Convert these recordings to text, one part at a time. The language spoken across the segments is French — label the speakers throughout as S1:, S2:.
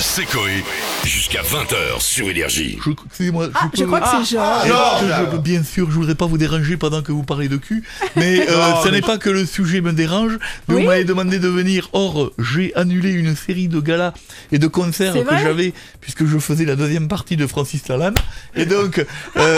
S1: C'est Coé. Jusqu'à 20h sur Énergie.
S2: Je, excusez-moi,
S3: Ah,
S2: je,
S3: je
S2: peux-
S3: crois que c'est Georges.
S2: Est-ce que je- bien sûr, je voudrais pas vous déranger pendant que vous parlez de cul, mais euh, ce n'est pas que le sujet me dérange. Mais
S3: Oui.
S2: Vous m'avez demandé de venir. Or, j'ai annulé une série de galas et de concerts
S3: C'est
S2: que
S3: vrai
S2: j'avais puisque je faisais la deuxième partie de Francis Lalanne. Et donc, euh,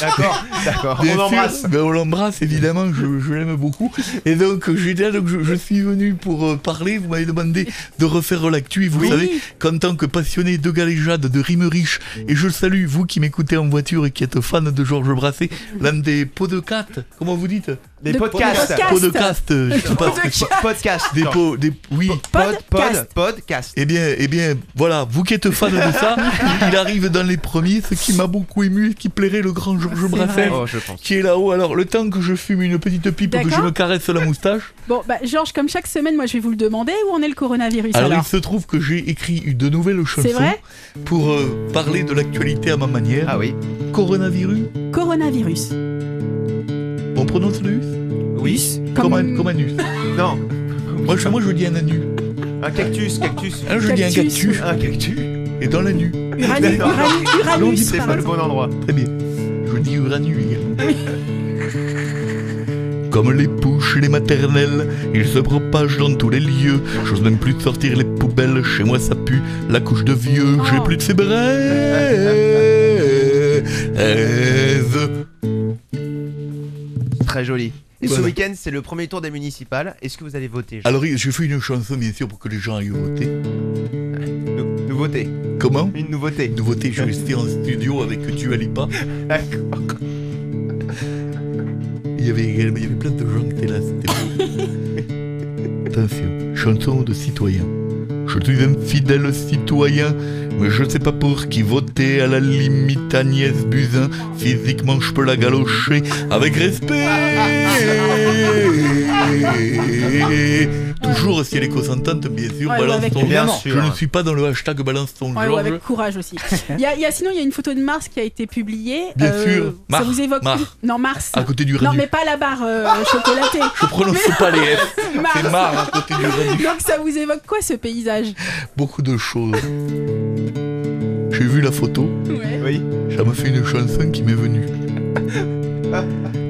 S4: D'accord, d'accord.
S2: bien
S4: Ah, On
S2: sûr,
S4: embrasse.
S2: ben, on l'embrasse évidemment. Je, je l'aime beaucoup. Et donc, j'étais là, donc je, je suis venu pour euh, parler. Vous m'avez demandé de refaire l'actu. Et vous
S3: Oui.
S2: savez qu'en tant que passionné de galéjade, de rimes riches, et je le salue, vous qui m'écoutez en voiture et qui êtes fan de Georges Brassens, l'un des pots de cast, comment vous dites
S4: Des
S3: De-
S4: podcasts.
S3: podcast.
S2: Pots de cast, euh, je sais pas.
S3: Podcast.
S2: c'est pas-
S4: Podcasts.
S2: Des
S4: Non.
S2: pots, des, oui.
S4: Pod, pod,
S3: Podcast.
S4: podcast.
S2: Eh bien, eh bien, voilà, vous qui êtes fan de ça, il arrive dans les premiers, ce qui m'a beaucoup ému, ce qui plairait le grand Georges
S3: C'est
S2: Brassens,
S3: vrai.
S4: Oh, je pense.
S2: qui est là-haut. Alors, le temps que je fume une petite pipe, que je
S3: D'accord.
S2: me caresse la moustache,
S3: Bon, bah, Georges, comme chaque semaine, moi, je vais vous le demander où en est le coronavirus
S2: Alors,
S3: alors,
S2: il se trouve que j'ai écrit de nouvelles
S3: C'est
S2: chansons
S3: vrai
S2: pour euh, parler de l'actualité à ma manière.
S4: Ah oui.
S2: Coronavirus,
S3: Coronavirus.
S2: on prononce le us
S4: Oui.
S2: comme,
S3: Comme-
S2: un, comme un us.
S4: Non.
S2: moi, je, moi je dis un anu.
S4: Un cactus, cactus.
S2: Hein, je dis un
S3: Cactus.
S2: cactus
S4: Un cactus.
S2: et dans l'anu.
S3: Uranus,
S4: Non, non.
S3: Uranus,
S2: Non, dis
S3: Uranus,
S4: C'est pas le
S3: pardon.
S4: bon endroit.
S2: Très Eh bien. Je dis uranu également. Comme les pouches et les maternelles, ils se propagent dans tous les lieux. J'ose même plus de sortir les poubelles, chez moi ça pue, la couche de vieux, j'ai
S3: Oh.
S2: plus de sébrèze.
S4: Très joli. Et ce
S2: Voilà.
S4: week-end, c'est le premier tour des municipales. Est-ce que vous allez voter Jean
S2: Alors, j'ai fait une chanson, bien sûr, pour que les gens aillent voter.
S4: Nou- Nouveauté.
S2: Comment
S4: Une nouveauté.
S2: Nouveauté, je suis resté en studio avec Tu Alipa.
S4: D'accord.
S2: Il y avait également il y avait plein de gens qui étaient là, c'était beau. Attention, chanson de citoyen. Je suis un fidèle citoyen, mais je sais pas pour qui voter. À la limite, Agnès Buzyn, physiquement, je peux la galocher avec respect. Toujours si elle est consentante, bien sûr,
S3: Ouais, ouais,
S2: balance
S3: avec-
S2: ton
S4: Bien
S2: Georges.
S4: sûr.
S2: Je ne suis pas dans le hashtag balance ton
S3: Ouais, ou
S2: Georges.
S3: avec courage aussi. Il y a, il y a- sinon, il y a une photo de Mars qui a été publiée. Euh,
S2: Bien sûr.
S3: Ça
S2: Mar-
S3: vous évoque.
S2: Mar.
S3: Non, Mars.
S2: À côté du
S3: Non,
S2: Renu.
S3: mais pas la barre euh, chocolatée.
S2: Je prononce pas les F.
S3: Mars.
S2: C'est marre à côté du Renu.
S3: Donc, ça vous évoque quoi ce paysage
S2: beaucoup de choses. J'ai vu la photo,
S3: Ouais.
S4: Oui.
S2: ça m'a fait une chanson qui m'est venue.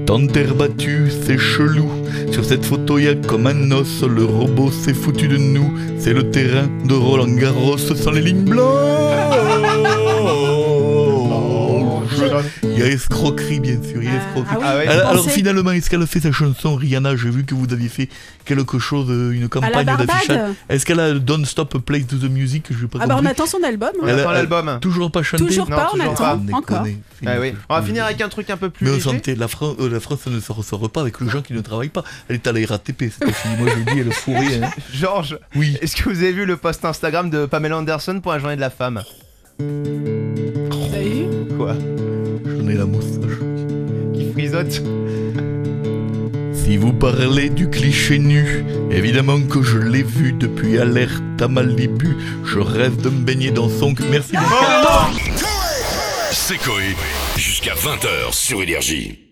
S2: Tant terre battue, c'est chelou. Sur cette photo, y a comme un os. Le robot s'est foutu de nous. C'est le terrain de Roland Garros sans les lignes blanches. Il y a escroquerie, bien sûr. Il y a escroquerie.
S3: Ah oui,
S4: Ah ouais.
S3: vous
S2: Alors, alors,
S3: pensez
S2: finalement, est-ce qu'elle a fait sa chanson Rihanna J'ai vu que vous aviez fait quelque chose, euh, une
S3: à la
S2: campagne d'affichage.
S3: Barbade
S2: Est-ce qu'elle a Don't Stop Play to the Music Je vais pas
S3: Ah bah on
S2: compris.
S3: attend son album.
S4: On
S2: Elle a-
S4: attend
S2: elle-
S4: l'album.
S2: Toujours pas chanté
S3: Toujours
S4: Non,
S3: pas, on
S4: toujours
S3: attend
S2: Déconner,
S3: encore. Eh
S2: finir.
S4: Ah oui. On va finir avec un truc un peu plus
S2: Euh, Mais on
S4: léger.
S2: sentait, la France, euh, la France ne se ressort pas avec le gens qui ne travaillent pas. Elle est à la RATP, cette fille. Moi, je dis, elle fout rien.
S4: Georges,
S2: Oui.
S4: est-ce que vous avez vu le post Instagram de Pamela Anderson pour la journée de la femme
S2: Oh.
S3: Vous avez vu
S4: Quoi
S2: J'en ai la moustache.
S4: Qui frisote
S2: Si vous parlez du cliché nu, évidemment que je l'ai vu depuis Alerte à Malibu. Je rêve de me baigner dans son... Merci beaucoup.
S1: C'est Coé. Jusqu'à 20h sur Énergie.